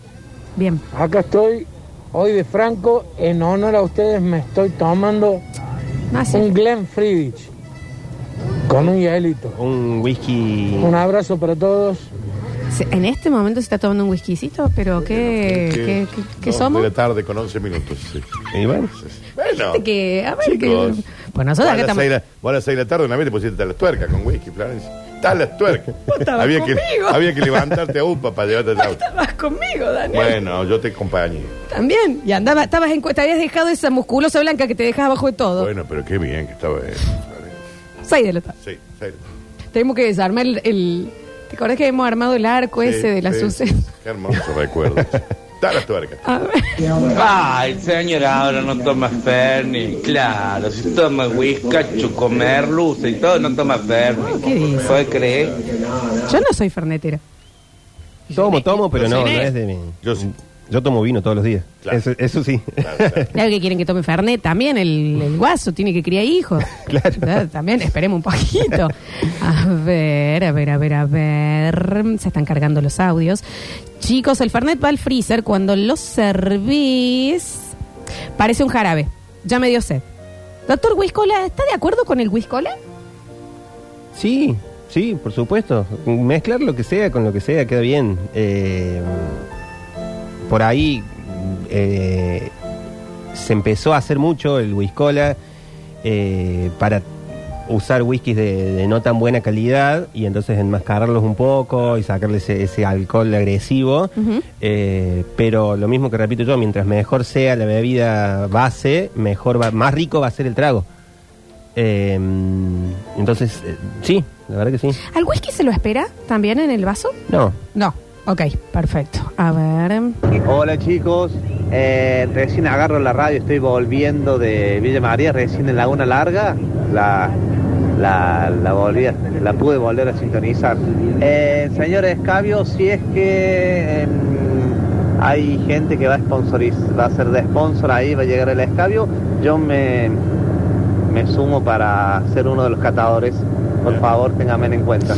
S3: Bien.
S9: Acá estoy, hoy de Franco, en honor a ustedes me estoy tomando
S3: Más
S9: un Glenfiddich con un hielito.
S5: Un whisky
S9: Un abrazo para todos.
S3: Se- En este momento se está tomando un whiskycito, pero ¿qué, eh, qué, qué- qué
S2: Dos
S3: somos?
S2: De la tarde con 11 minutos. sí.
S5: y bueno,
S2: Bueno.
S3: Este Que, a ver,
S2: Chicos,
S3: que- pues nosotros
S2: vos a las
S3: acá estamos.
S2: seis de la- vos a las 6 de la tarde una vez te pusiste a las tuercas con whisky, Florencia. Está las tuercas.
S3: estabas
S2: había, que,
S3: conmigo.
S2: había que levantarte a UPA para llevarte al auto.
S3: Estabas conmigo, Daniel.
S2: Bueno, yo te acompañé.
S3: También. Y andaba, estabas en, cu- te habías dejado esa musculosa blanca que te dejas abajo de todo.
S2: Bueno, pero qué bien que estaba eso, Florencia.
S3: Seis de la tarde.
S2: Sí, sí.
S3: Tenemos que desarmar el, el- ¿Te acordás que hemos armado el arco
S2: Sí,
S3: ese de la
S2: sí,
S3: suce?
S2: sí. Qué hermoso recuerdo. Está las tuercas.
S3: A ver.
S8: Ay, señor, ahora no toma Ferni. Claro, si toma whisky, chucomer, luz y todo, no toma Ferni.
S3: ¿Qué dice?
S8: ¿Puede creer?
S3: Yo no soy fernetera.
S5: tomo, tomo, pero no, no
S3: Cené.
S5: es de mí.
S2: Yo sí.
S5: Yo tomo vino todos los días.
S2: Claro.
S5: Eso, eso sí.
S2: Claro, claro.
S3: Claro que quieren que tome Fernet también, el, el guaso tiene que criar hijos.
S5: Claro.
S3: ¿Verdad? También, esperemos un poquito. A ver, a ver, a ver, a ver. Se están cargando los audios. Chicos, el Fernet va al freezer. Cuando lo servís, parece un jarabe. Ya me dio sed. Doctor Huiscola, ¿está de acuerdo con el Huiscola?
S5: Sí, sí, por supuesto. Mezclar lo que sea con lo que sea queda bien. Eh, por ahí eh, se empezó a hacer mucho el whiskola eh, para usar whiskies de, de no tan buena calidad y entonces enmascararlos un poco y sacarle ese, ese alcohol agresivo.
S3: Ujú.
S5: Eh, pero lo mismo que repito yo, mientras mejor sea la bebida base, mejor va- más rico va a ser el trago. Eh, entonces, eh, sí, la verdad que sí.
S3: ¿Al whisky se lo espera también en el vaso?
S5: No,
S3: No. Ok, perfecto. A ver.
S10: Hola chicos, Eh, recién agarro la radio, estoy volviendo de Villa María, recién en Laguna Larga, la, la, la, volví a- la pude volver a sintonizar. Eh, señor Escabio, si es que em, hay gente que va a sponsorizar, va a ser de sponsor ahí, va a llegar el Escabio, yo me, me sumo para ser uno de los catadores, por favor, téngame en cuenta.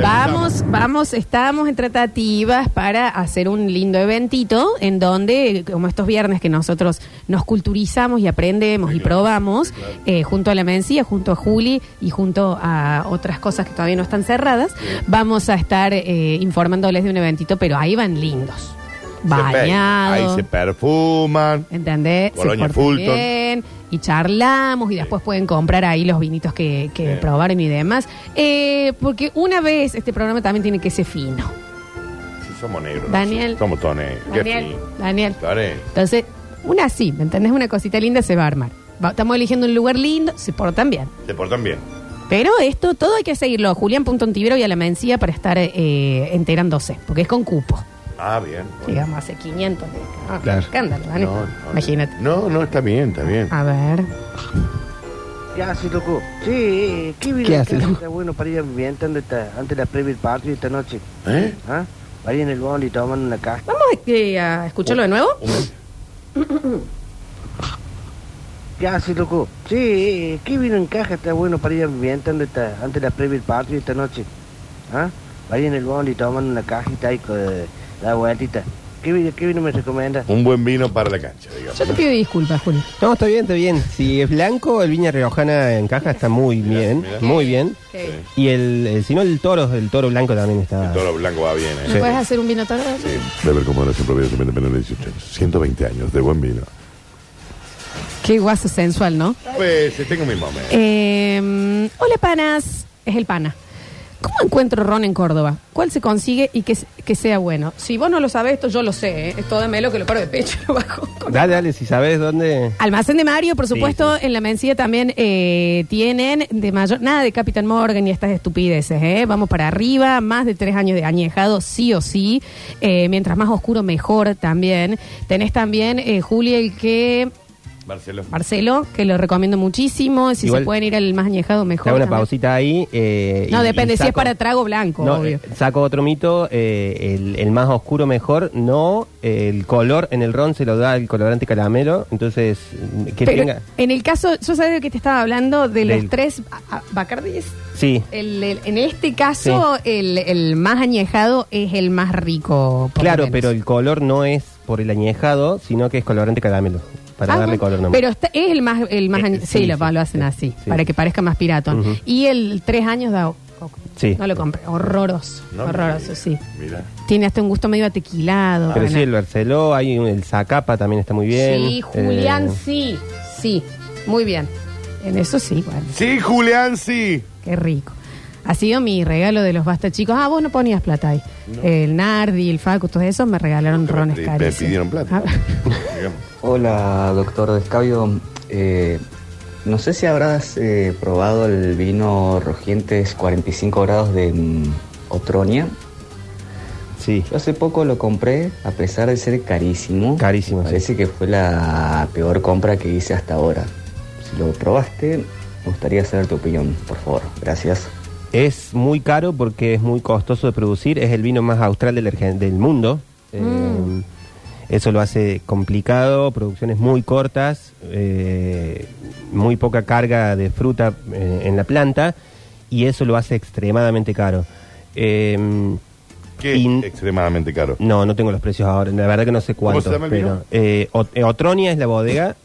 S3: Vamos, vamos, estamos en tratativas para hacer un lindo eventito en donde, como estos viernes que nosotros nos culturizamos y aprendemos y probamos, eh, junto a la Mencía, junto a Juli y junto a otras cosas que todavía no están cerradas, vamos a estar eh, informándoles de un eventito, pero ahí van lindos.
S2: Ahí
S3: Bañados.
S2: se perfuman.
S3: ¿Entendés?
S2: Boloña
S3: portan
S2: Fulton.
S3: bien y charlamos y después pueden comprar ahí los vinitos que, que
S2: Sí.
S3: probaron y demás. Eh, porque una vez este programa también tiene que ser fino.
S2: Sí, somos negros.
S3: Daniel.
S2: nosotros. Somos tones.
S3: Daniel, Daniel.
S2: Tones.
S3: Entonces, una así, ¿me entendés? Una cosita linda se va a armar. Va- estamos eligiendo un lugar lindo, se portan bien.
S2: Se portan bien.
S3: Pero esto, todo hay que seguirlo a Julián.ontivero y a la Mencía para estar eh, enterándose, porque es con cupo.
S2: Ah, bien. bueno.
S3: Digamos, hace 500. de- ah,
S5: Claro.
S3: Escándalo, Daniel.
S2: No, no,
S3: Imagínate. Ah.
S2: No, no, está bien, está bien.
S3: A ver.
S10: ¿Qué haces, loco? Sí, ¿qué
S5: ¿Qué que haces, hace? loco? Está
S10: bueno para ir ambientando antes de la previa del partido esta noche.
S2: ¿Eh?
S10: ¿Ah? Ahí en el bondi toman una caja.
S3: Vamos eh, a escucharlo de nuevo.
S10: ¿Qué haces, loco? Sí, ¿qué vino en caja? Está bueno para ir ambientando esta, antes de la previa del partido esta noche. ¿Ah? Ahí en el bondi toman una cajita ahí con eh, la vueltita. ¿Qué vino, qué vino me recomienda?
S2: Un buen vino para la cancha, digamos.
S3: Yo te pido disculpas, Juli.
S5: no, está bien, está bien. Si es blanco, el viña riojana en caja está muy bien,
S2: mirá.
S5: muy bien. Y el, el- si no, el toro, el toro blanco también está.
S2: El toro blanco va bien, ¿eh?
S3: ¿Me puedes hacer un vino toro?
S2: Sí. Beber como era siempre beber siempre menor de 18 años. 120 años de buen vino.
S3: Qué guaso sensual, ¿no?
S2: Pues, eh, tengo mi momento.
S3: Eh, hola, panas. Es el pana. ¿Cómo encuentro ron en Córdoba? ¿Cuál se consigue y que, que sea bueno? Si vos no lo sabés, esto yo lo sé. ¿eh? Esto dámelo que lo paro de pecho y lo bajo. con-
S5: Dale, dale, si sabes dónde.
S3: Almacén de Mario, por supuesto, en la Mencía también eh, tienen de mayor nada de Capitán Morgan y estas estupideces. ¿eh? Vamos para arriba, más de tres años de añejado, sí o sí. Eh, mientras más oscuro, mejor también. Tenés también, eh, Juli, el que
S2: Marcelo.
S3: Marcelo, que lo recomiendo muchísimo. Si
S5: Igual-
S3: se pueden ir al más añejado, mejor.
S5: Hago una
S3: también.
S5: pausita ahí. eh,
S3: No,
S5: y-
S3: depende,
S5: y
S3: si es
S5: saco-
S3: para trago blanco,
S5: No,
S3: obvio.
S5: eh, saco otro mito, eh, el, el más oscuro mejor, no, eh, el color en el ron se lo da el colorante caramelo, entonces mm, que
S3: Pero
S5: tenga...
S3: en el caso, yo sabía que te estaba hablando de los
S5: Del-
S3: tres a- a- Bacardis.
S5: Sí,
S3: El- el- en este caso, el, el más añejado es el más rico. por lo
S5: claro,
S3: menos.
S5: pero el color no es por el añejado, sino que es colorante caramelo, para
S3: Ah,
S5: darle
S3: bueno.
S5: color nomás.
S3: Pero está- es el más. El más
S5: Eh,
S3: añe- sí,
S5: sí,
S3: lo,
S5: sí,
S3: lo hacen
S5: sí,
S3: así,
S5: sí.
S3: para que parezca más piratón.
S5: Ujú.
S3: Y el tres años da. o- o-
S5: Sí.
S3: No lo compré. Horroroso.
S2: No,
S3: horroroso,
S2: mira,
S3: sí.
S2: Mira.
S3: Tiene hasta un gusto medio atequilado.
S5: Pero
S3: Ah, bueno.
S5: sí, el Barceló, hay un- el Zacapa también está muy bien.
S3: Sí, Julián,
S5: eh,
S3: sí. Sí. Muy bien. En eso sí, bueno.
S2: Sí, Julián, sí.
S3: Qué rico. Ha sido mi regalo de los basta chicos. Ah, vos no ponías plata ahí. El Nardi, el Facu, todos esos me regalaron rones
S2: me, me
S3: carísimos.
S2: pidieron plata.
S3: Ah,
S2: Digamos.
S10: Hola, doctor Descabio. Eh, no sé si habrás eh, probado el vino Rogientes 45 grados de mm, Otronia.
S5: Sí,
S10: Yo hace poco lo compré, a pesar de ser carísimo.
S5: Carísimo,
S10: me Parece que fue la peor compra que hice hasta ahora. Si lo probaste, me gustaría saber tu opinión, por favor. Gracias.
S5: es muy caro porque es muy costoso de producir, es el vino más austral del, Argen- del mundo. eh, Eso lo hace complicado, producciones muy cortas, eh, muy poca carga de fruta eh, en la planta y eso lo hace extremadamente caro. Eh,
S2: Qué
S5: Y-
S2: extremadamente caro.
S5: no, no tengo los precios ahora, la verdad que no sé
S2: ¿Cómo
S5: cuánto.
S2: se llama el vino?
S5: pero, eh, Ot- eh, Otronia es la bodega,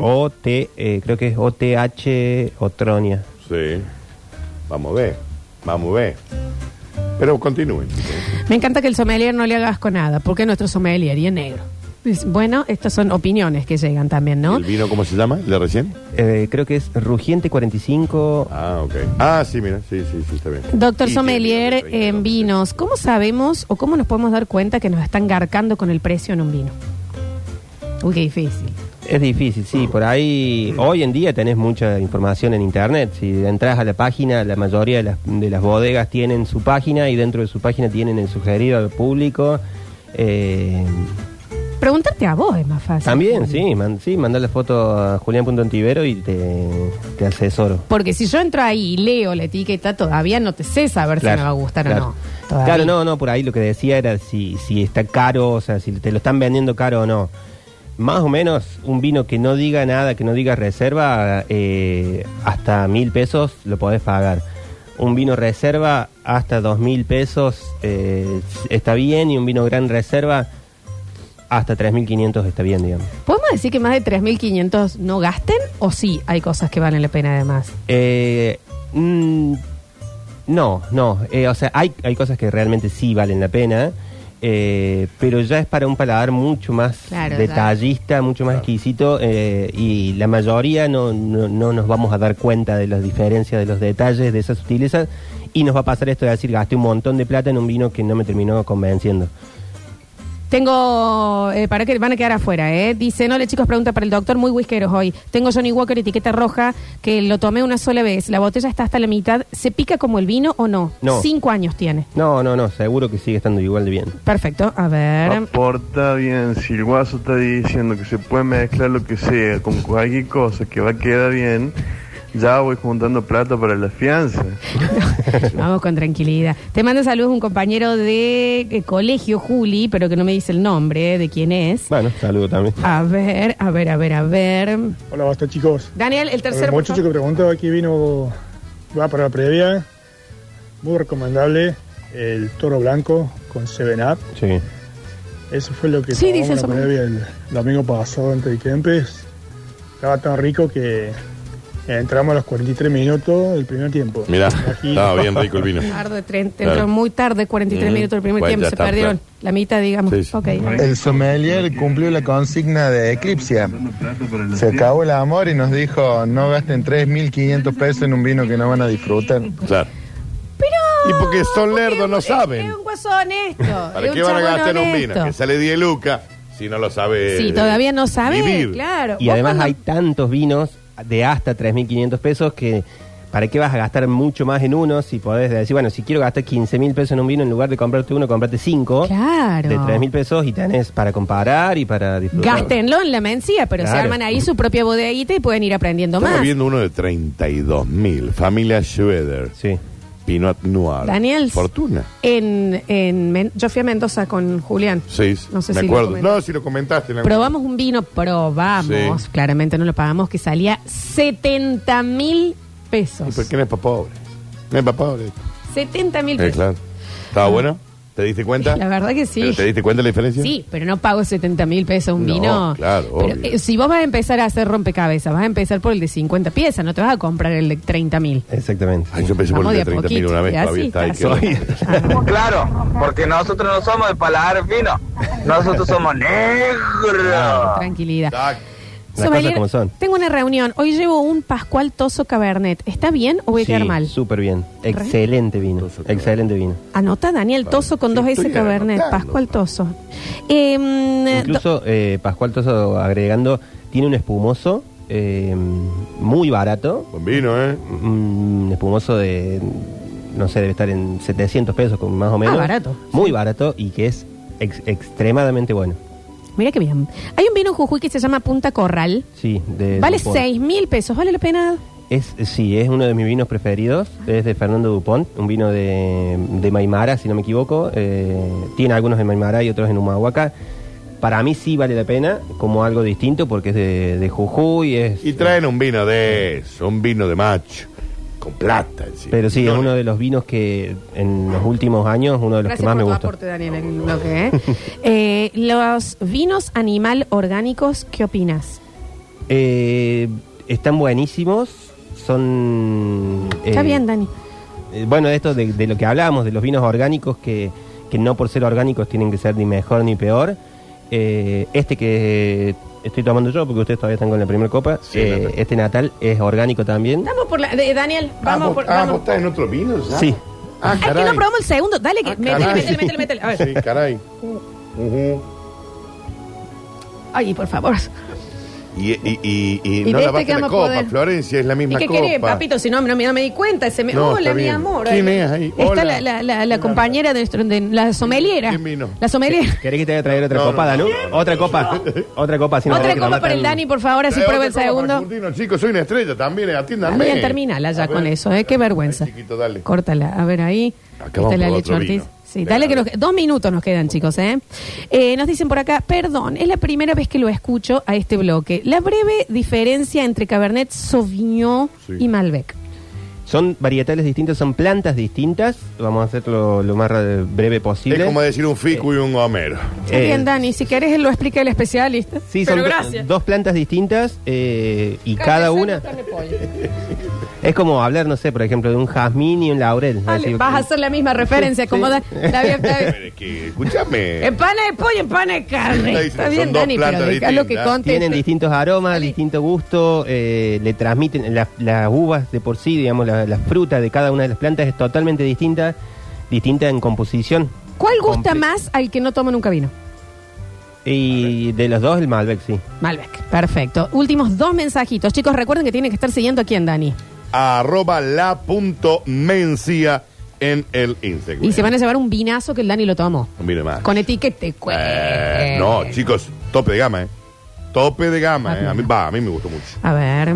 S5: o eh, creo que es OTH Otronia.
S2: Sí. Vamos a ver. Vamos a ver. Pero continúen. chicos.
S3: Me encanta que el sommelier no le haga asco nada, porque nuestro sommelier y es negro. Dice, Bueno, estas son opiniones que llegan también, ¿no?
S2: ¿El vino cómo se llama? ¿El de recién?
S5: Eh, creo que es Rugiente 45.
S2: Ah, ok. Ah, sí, mira. Sí, sí, sí, está bien.
S3: Doctor
S2: Y que-
S3: Sommelier en vinos, ¿cómo sabemos o cómo nos podemos dar cuenta que nos están garcando con el precio en un vino? Uy, qué difícil.
S5: Es difícil, sí. Por ahí, hoy en día tenés mucha información en Internet. Si entras a la página, la mayoría de las, de las bodegas tienen su página y dentro de su página tienen el sugerido al público. Eh,
S3: Preguntarte a vos es más fácil.
S5: también, sí, man- sí, mandar la foto a julián.antivero y te, te asesoro.
S3: Porque si yo entro ahí y leo la etiqueta, todavía no te sé saber si
S5: Claro,
S3: me va a gustar
S5: claro.
S3: o no. Todavía.
S5: Claro, no, no, por ahí lo que decía era si, si está caro, o sea, si te lo están vendiendo caro o no. Más o menos un vino que no diga nada, que no diga reserva, eh, hasta mil pesos lo podés pagar. Un vino reserva hasta dos mil pesos eh, está bien y un vino gran reserva hasta tres mil quinientos está bien, digamos.
S3: ¿Podemos decir que más de 3.500 no gasten o sí hay cosas que valen la pena además?
S5: Eh, mm, no, no. Eh, o sea, hay, hay cosas que realmente sí valen la pena, eh, pero ya es para un paladar mucho más
S3: Claro,
S5: detallista, mucho más exquisito, eh, y la mayoría no, no, no nos vamos a dar cuenta de las diferencias, de los detalles, de esas sutilezas, y nos va a pasar esto de decir, gasté un montón de plata en un vino que no me terminó convenciendo.
S3: Tengo, eh, para que van a quedar afuera, ¿eh? Dicen, hola chicos, pregunta para el doctor, muy whiskeros hoy. Tengo Johnny Walker etiqueta roja, que lo tomé una sola vez, la botella está hasta la mitad, ¿se pica como el vino o no?
S5: No.
S3: Cinco años tiene.
S5: No, no, no, seguro que sigue estando igual de bien.
S3: Perfecto, a ver.
S11: Aporta bien, si el guaso está diciendo que se puede mezclar lo que sea con cualquier cosa que va a quedar bien, ya voy juntando plata para la fianza.
S3: Vamos con tranquilidad. Te manda saludos un compañero de eh, colegio, Juli, pero que no me dice el nombre eh, de quién es.
S5: Bueno, saludo también.
S3: A ver, a ver, a ver, a ver.
S12: Hola, basta chicos.
S3: Daniel, el tercero.
S12: El
S3: por
S12: muchacho que
S3: favor.
S12: preguntó aquí vino, va para la previa. Muy recomendable el toro blanco con 7-Up.
S5: Sí.
S12: Eso fue lo que
S3: Sí,
S12: tomamos
S3: dice
S12: en la
S3: eso.
S12: previa el domingo pasado ante Kempes. Estaba tan rico que entramos a los 43 minutos del primer tiempo.
S2: Mirá,
S12: Aquí-
S2: estaba bien rico el vino.
S3: Tarde, tren- entró
S2: Claro.
S3: muy tarde, 43
S2: Mm.
S3: minutos del primer
S2: Bueno,
S3: tiempo,
S2: ya
S3: se
S2: está,
S3: perdieron
S2: claro.
S3: la mitad, digamos.
S2: Sí, sí.
S3: Ok.
S13: El sommelier cumplió la consigna de Eclipsia. Se acabó el amor y nos dijo, no gasten 3.500 pesos en un vino que no van a disfrutar.
S2: Claro.
S3: Pero...
S2: Y porque son lerdos, no saben.
S3: Es un guaso honesto. es
S2: ¿Para qué van a
S3: chabón
S2: gastar un
S3: honesto.
S2: vino? Que sale 10 lucas si no lo sabe.
S3: Sí,
S2: eh,
S3: todavía no sabe,
S2: vivir.
S3: claro.
S5: Y
S3: Vos
S5: además
S3: cuando-
S5: hay tantos vinos de hasta 3.500 pesos que ¿para qué vas a gastar mucho más en uno si podés decir, bueno, si quiero gastar 15.000 pesos en un vino, en lugar de comprarte uno, comprate cinco
S3: Claro.
S5: de 3.000 pesos y tenés para comparar y para disfrutar.
S3: Gástenlo en la mencía, pero se
S5: Claro.
S3: arman ahí su propia bodeguita y pueden ir aprendiendo
S2: Estamos
S3: más.
S2: viendo uno de 32 mil. Familia Schroeder.
S5: Sí.
S2: Pinot Noir.
S3: Daniels.
S2: Fortuna.
S3: En, en Men- yo fui a Mendoza con Julián.
S2: Sí,
S3: No sé
S2: me
S3: si lo
S2: acuerdo.
S3: comentaste.
S2: No, si lo comentaste. en algún-
S3: Probamos un vino, probamos,
S2: Sí.
S3: claramente no lo pagamos, que salía 70 mil
S2: ¿Y
S3: pesos.
S2: por qué no es para pobres? No es para pobres.
S3: 70 mil
S2: Eh,
S3: pesos.
S2: claro. ¿Estaba bueno? ¿Te diste cuenta?
S3: pues. Ah. La verdad que sí.
S2: ¿Pero ¿Te diste cuenta de la diferencia?
S3: Sí, pero no pago 70 mil pesos un
S2: No,
S3: vino.
S2: claro,
S3: Pero,
S2: obvio.
S3: eh, si vos vas a empezar a hacer rompecabezas, vas a empezar por el de 50 piezas, no te vas a comprar el de 30 mil.
S5: Exactamente.
S2: Ay, yo empecé por
S3: Vamos
S2: el
S3: de
S2: de
S3: a
S2: 30 mil
S3: poquito,
S2: una vez.
S3: ya
S2: Todavía
S3: sí,
S2: está ahí.
S5: casi.
S2: que-
S6: Claro, porque nosotros no somos de paladar fino, nosotros somos negros.
S3: Tranquilidad.
S5: Las
S3: Sommelier,
S5: cosas como son.
S3: Tengo una reunión. Hoy llevo un Pascual Toso Cabernet. ¿Está bien o voy a
S5: Sí,
S3: quedar mal?
S5: Súper bien. Excelente vino. Excelente vino.
S3: Anota Daniel Toso con
S5: Sí,
S3: dos S
S5: estoy
S3: Cabernet.
S5: anotando.
S3: Pascual Toso. Eh, do-
S5: Incluso eh, Pascual Toso agregando, tiene un espumoso eh, muy barato.
S2: Buen vino, ¿eh?
S5: Un espumoso de, no sé, debe estar en 700 pesos con- más o menos.
S3: Ah, barato.
S5: Muy barato y que es ex- extremadamente bueno.
S3: Mira qué bien. Hay un vino en Jujuy que se llama Punta Corral.
S5: Sí, de
S3: Vale
S5: Dupont.
S3: 6 mil pesos. ¿Vale la pena?
S5: Es, sí, es uno de mis vinos preferidos. Es de Fernando Dupont, un vino de, de Maimara, si no me equivoco. Eh, tiene algunos en Maimara y otros en Humahuaca. Para mí sí vale la pena, como algo distinto, porque es de, de Jujuy. Es,
S2: Y traen un vino de eso, un vino de macho, con plata. encima.
S5: pero sí, es uno de los vinos que en los últimos años, uno de los que
S3: Gracias
S5: más
S3: por
S5: me
S3: tu
S5: gusta.
S3: aporte, Daniel, en el bloque. ¿eh? Eh, los vinos animal orgánicos, ¿qué opinas?
S5: Eh, están buenísimos. Son.
S3: Está
S5: eh,
S3: bien, Dani.
S5: Eh, bueno, de esto de, de lo que hablábamos, de los vinos orgánicos que, que no por ser orgánicos tienen que ser ni mejor ni peor. eh, este que estoy tomando yo, porque ustedes todavía están con la primera copa, eh, este natal es orgánico también.
S3: Vamos por la. de- Daniel, vamos por.
S2: Ah,
S3: vamos.
S2: ¿vos estás en otro vino ya?
S5: Sí.
S2: Ah,
S3: Ah, es que no
S2: caray. Ah,
S3: probamos el segundo. Dale, que. métele,
S2: caray.
S3: métele, métele, métele. A ver.
S2: Sí, caray. Ujú.
S3: Ay, por favor.
S2: Y, y, y, y
S3: ¿Y
S2: no
S3: de este
S2: lavaste
S3: que
S2: la
S3: vamos a
S2: copa,
S3: poder?
S2: Florencia, es la
S3: ¿Y
S2: misma
S3: qué
S2: copa.
S3: querés, papito? Si no, no, me- no me di cuenta. Se me...
S2: No,
S3: Hola,
S2: está
S3: mi
S2: bien.
S3: amor.
S2: ¿Quién es ahí?
S3: Está
S2: Hola.
S3: la, la, la, la compañera de nuestro, de la someliera. ¿Quién vino? La someliera.
S5: ¿Querés que te vaya a traer otra
S2: No, no,
S5: copada, no? Otra copa. Otra copa. si no
S3: Otra
S5: tenés que
S3: copa
S5: tomar
S3: para el
S5: tan-
S3: Dani, por favor, así
S2: Trae
S3: prueba
S2: otra
S3: el
S2: copa,
S3: segundo.
S2: Marcurtino, chicos, soy una estrella también, eh, atiéndanme.
S3: Bien, terminala ya
S2: A
S3: con
S2: ver,
S3: eso, ¿eh? Qué vergüenza.
S2: Chiquito, dale.
S3: Córtala, a ver ahí.
S2: Acabamos
S3: Esta es la
S2: por
S3: leche
S2: otro
S3: Ortiz.
S2: vino.
S3: Sí, dale que nos- dos minutos nos quedan, chicos, ¿eh? Eh, Nos dicen por acá, perdón, es la primera vez que lo escucho a este bloque. La breve diferencia entre Cabernet Sauvignon
S5: Sí.
S3: y Malbec.
S5: Son varietales distintas, son plantas distintas. Vamos a hacerlo lo más eh, breve posible.
S2: Es como decir un fico y un gomero.
S3: Está
S5: Eh,
S3: bien, Dani, si querés lo explica el especialista.
S5: Sí,
S3: Pero
S5: son do-
S3: gracias.
S5: dos plantas distintas eh, y cada una es como hablar, no sé, por ejemplo, de un jazmín y un laurel. Es
S3: Vale,
S5: decir,
S3: vas a hacer la misma referencia, como da. Está bien, está bien.
S2: Pero es que, escúchame.
S3: Empana de pollo, empana de carne.
S2: Está diciendo,
S3: Está bien,
S2: son dos
S3: Dani, pero
S2: plantas
S3: deja lo que
S2: distintas.
S5: Tienen
S3: conteste.
S5: distintos aromas, distinto gusto, eh, le transmiten la- las uvas de por sí, digamos, la- las frutas de cada una de las plantas es totalmente distinta, distinta en composición.
S3: ¿Cuál gusta
S5: Comple-
S3: más al que no toma nunca vino?
S5: Y de los dos el Malbec, sí.
S3: Malbec. Perfecto. Últimos dos mensajitos. Chicos, recuerden que tienen que estar siguiendo a quién, Dani.
S2: Arroba la punto mencia en el Instagram.
S3: Y se van a llevar un vinazo que el Dani lo tomó.
S2: Mire más.
S3: Con etiquete. cue-
S2: Ah. Eh, no, chicos, tope de gama, ¿eh? Tope de gama, ¿eh? A mí, va, a mí me gustó mucho.
S3: A ver.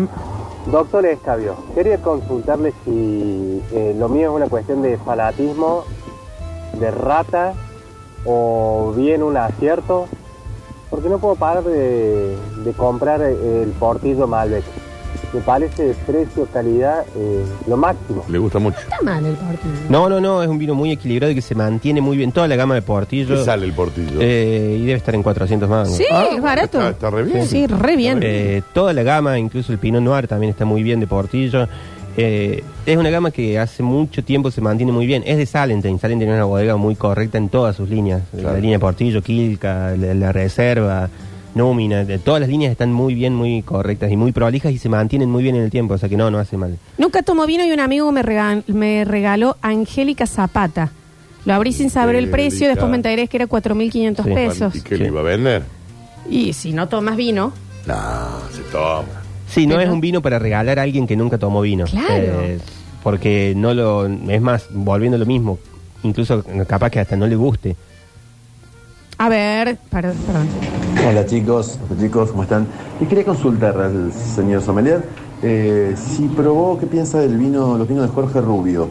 S14: Doctor Escabio, quería consultarle si eh, lo mío es una cuestión de fanatismo, de rata o bien un acierto, porque no puedo parar de, de comprar el portillo Malbec. Me parece precio, calidad, eh, lo máximo.
S2: Le gusta mucho.
S3: Está mal el partido.
S5: No, no, no, es un vino muy equilibrado y que se mantiene muy bien toda la gama de portillo.
S2: ¿Qué sale el portillo?
S5: Eh, y debe estar en 400 más.
S3: Sí, es barato.
S2: Ah, está- está re bien.
S3: Sí, re bien.
S5: Eh, toda la gama, incluso el Pinot Noir también está muy bien de Portillo. Eh, es una gama que hace mucho tiempo se mantiene muy bien. Es de Salentine. Salentine es una bodega muy correcta en todas sus líneas. La línea Portillo, Quilca, la, la Reserva, Númina. de- todas las líneas están muy bien, muy correctas y muy prolijas y se mantienen muy bien en el tiempo. O sea que no, no hace mal.
S3: Nunca tomo vino y un amigo me, rega- me regaló Angélica Zapata. Lo abrí sin saber el precio,
S2: Angélica.
S3: después me enteré que era 4.500 pesos.
S2: ¿Y qué le iba a vender?
S3: Y si no tomas vino,
S2: No, se toma.
S5: Sí, no es un vino para regalar a alguien que nunca tomó vino.
S3: Claro.
S5: Eh, porque no lo. Es más, volviendo a lo mismo. Incluso capaz que hasta no le guste.
S3: a ver, perdón, perdón.
S15: Hola chicos, chicos, ¿cómo están? Le quería consultar al señor Sommelier eh, si probó qué piensa del vino, los vinos de Jorge Rubio.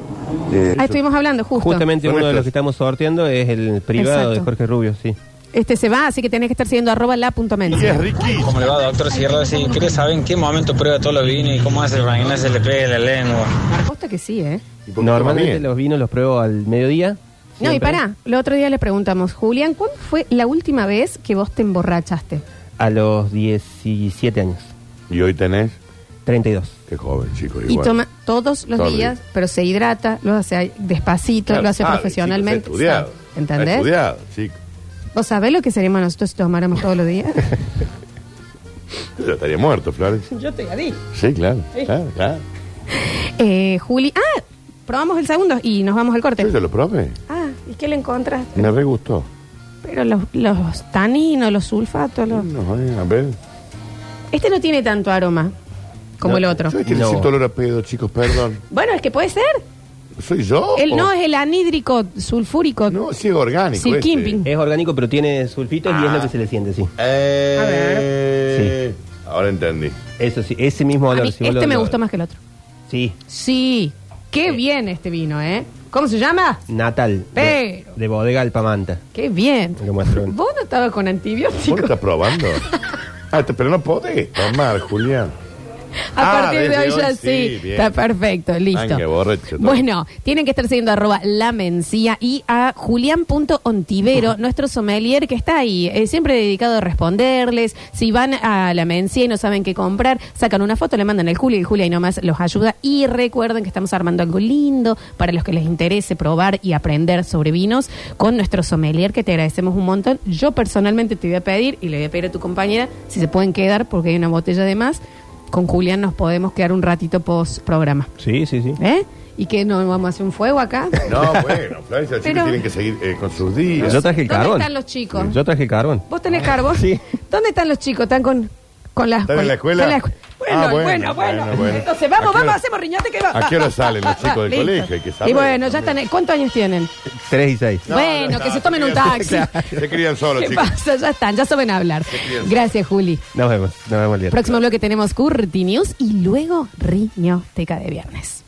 S15: Eh,
S3: Ah, estuvimos hablando justo.
S5: Justamente uno de los que estamos sorteando es el privado
S3: Exacto.
S5: de Jorge Rubio, sí.
S3: Este se va, así que tenés que estar siguiendo arroba la punto mencia.
S16: ¿Cómo le va, doctor Sierra? Sí, quería saber en qué momento prueba todos los vinos y cómo hace para que no se le pegue la lengua.
S3: Posta que sí, ¿eh?
S5: Normalmente los vinos los pruebo al mediodía.
S3: No, y
S5: siempre.
S3: pará, el otro día le preguntamos, Julián, ¿cuándo fue la última vez que vos te emborrachaste?
S5: A los 17 años.
S2: ¿Y hoy tenés?
S5: 32.
S2: Qué joven, chicos.
S3: Y toma todos los
S2: Todos los
S3: días, pero se hidrata, lo hace despacito,
S2: Claro, Ah,
S3: lo hace
S2: sabe,
S3: profesionalmente.
S2: chicos, ha estudiado.
S3: sabe, ¿Entendés?
S2: Ha estudiado, chico.
S3: ¿Vos sabés lo que seríamos nosotros si tomáramos todos los días?
S2: Yo ya estaría muerto, Flores.
S3: Yo te la di.
S2: Sí, claro,
S3: Sí.
S2: claro, claro.
S3: Eh, Juli, ah, probamos el segundo y nos vamos al corte.
S2: Yo ya lo probé.
S3: Ah, ¿y qué le encontraste?
S2: Me re gustó.
S3: Pero los, los taninos, los sulfatos, los...
S2: No, eh, a ver.
S3: Este no tiene tanto aroma como
S2: No,
S3: el otro.
S2: Yo es que le siento olor a pedo, chicos, perdón.
S3: Bueno, es que puede ser.
S2: ¿Soy yo?
S3: El no es el anhídrico sulfúrico. No,
S2: sí es orgánico
S3: Sí,
S5: este.
S3: Kimping.
S5: Es orgánico, pero tiene sulfitos y es
S3: Ah.
S5: lo que se le siente, sí.
S2: Eh, Ahora entendí.
S5: Eso sí, ese mismo
S3: A
S5: olor.
S3: mí
S5: si vos
S3: este
S5: lo-
S3: me
S5: lo-
S3: gustó más que el otro.
S5: Sí,
S3: Sí, qué bien este vino, ¿eh? ¿Cómo se llama?
S5: Natal. De,
S3: Pero-
S5: de bodega Alpamanta.
S3: Qué bien.
S5: Lo muestro.
S3: Vos no estabas con
S2: ¿Vos
S3: antibióticos.
S2: estás probando? Ah, te- pero no podés tomar, Julián.
S3: A
S2: Ah,
S3: partir de
S2: desde
S3: hoy
S2: hoy
S3: ya
S2: sí,
S3: sí.
S2: bien.
S3: Está perfecto, listo.
S2: Ay, qué borracho todo.
S3: Bueno, tienen que estar siguiendo arroba la mencía y a julián.ontivero, nuestro sommelier que está ahí, eh, siempre dedicado a responderles. Si van a la mencía y no saben qué comprar, sacan una foto, le mandan al Juli y Julia y nomás los ayuda. Y recuerden que estamos armando algo lindo para los que les interese probar y aprender sobre vinos con nuestro sommelier que te agradecemos un montón. Yo personalmente te voy a pedir y le voy a pedir a tu compañera si se pueden quedar porque hay una botella de más. Con Julián nos podemos quedar un ratito post programa.
S5: Sí, sí, sí.
S3: ¿Eh? ¿Y que no vamos a hacer un fuego acá?
S2: No, bueno, Florencia, los
S3: Pero-
S2: chicos tienen que seguir eh, con sus días.
S5: Yo traje el
S3: ¿Dónde
S5: carbón.
S3: están los chicos?
S5: Yo traje el carbón.
S3: ¿Vos
S2: Ah,
S3: tenés carbón? ¿Dónde están los chicos? ¿Están con, con las...
S2: ¿Están
S3: con-
S2: en la escuela?
S3: están en la escu- Bueno,
S2: Ah,
S3: bueno,
S2: bueno,
S3: bueno,
S2: bueno, bueno.
S3: Entonces,
S2: ¿A
S3: vamos,
S2: qué
S3: vamos,
S2: hora-
S3: hacemos riñote que va.
S2: ¿A qué hora salen los
S3: va, va,
S2: chicos del
S3: listo.
S2: colegio? Hay que
S3: Y
S2: saber
S3: bueno, ya están... ¿Cuántos años tienen?
S5: 3 y 6.
S2: No,
S3: bueno,
S2: no,
S3: que
S2: no,
S3: se tomen
S2: se
S3: un
S2: crían-
S3: taxi.
S2: Se crían solos,
S3: ¿Qué
S2: chicos.
S3: pasa? Ya están, ya saben hablar.
S2: piensa?
S3: Gracias, Juli.
S5: Nos vemos. Nos vemos el día.
S3: Próximo bloque tenemos Curti News y luego Riñoteca de Viernes.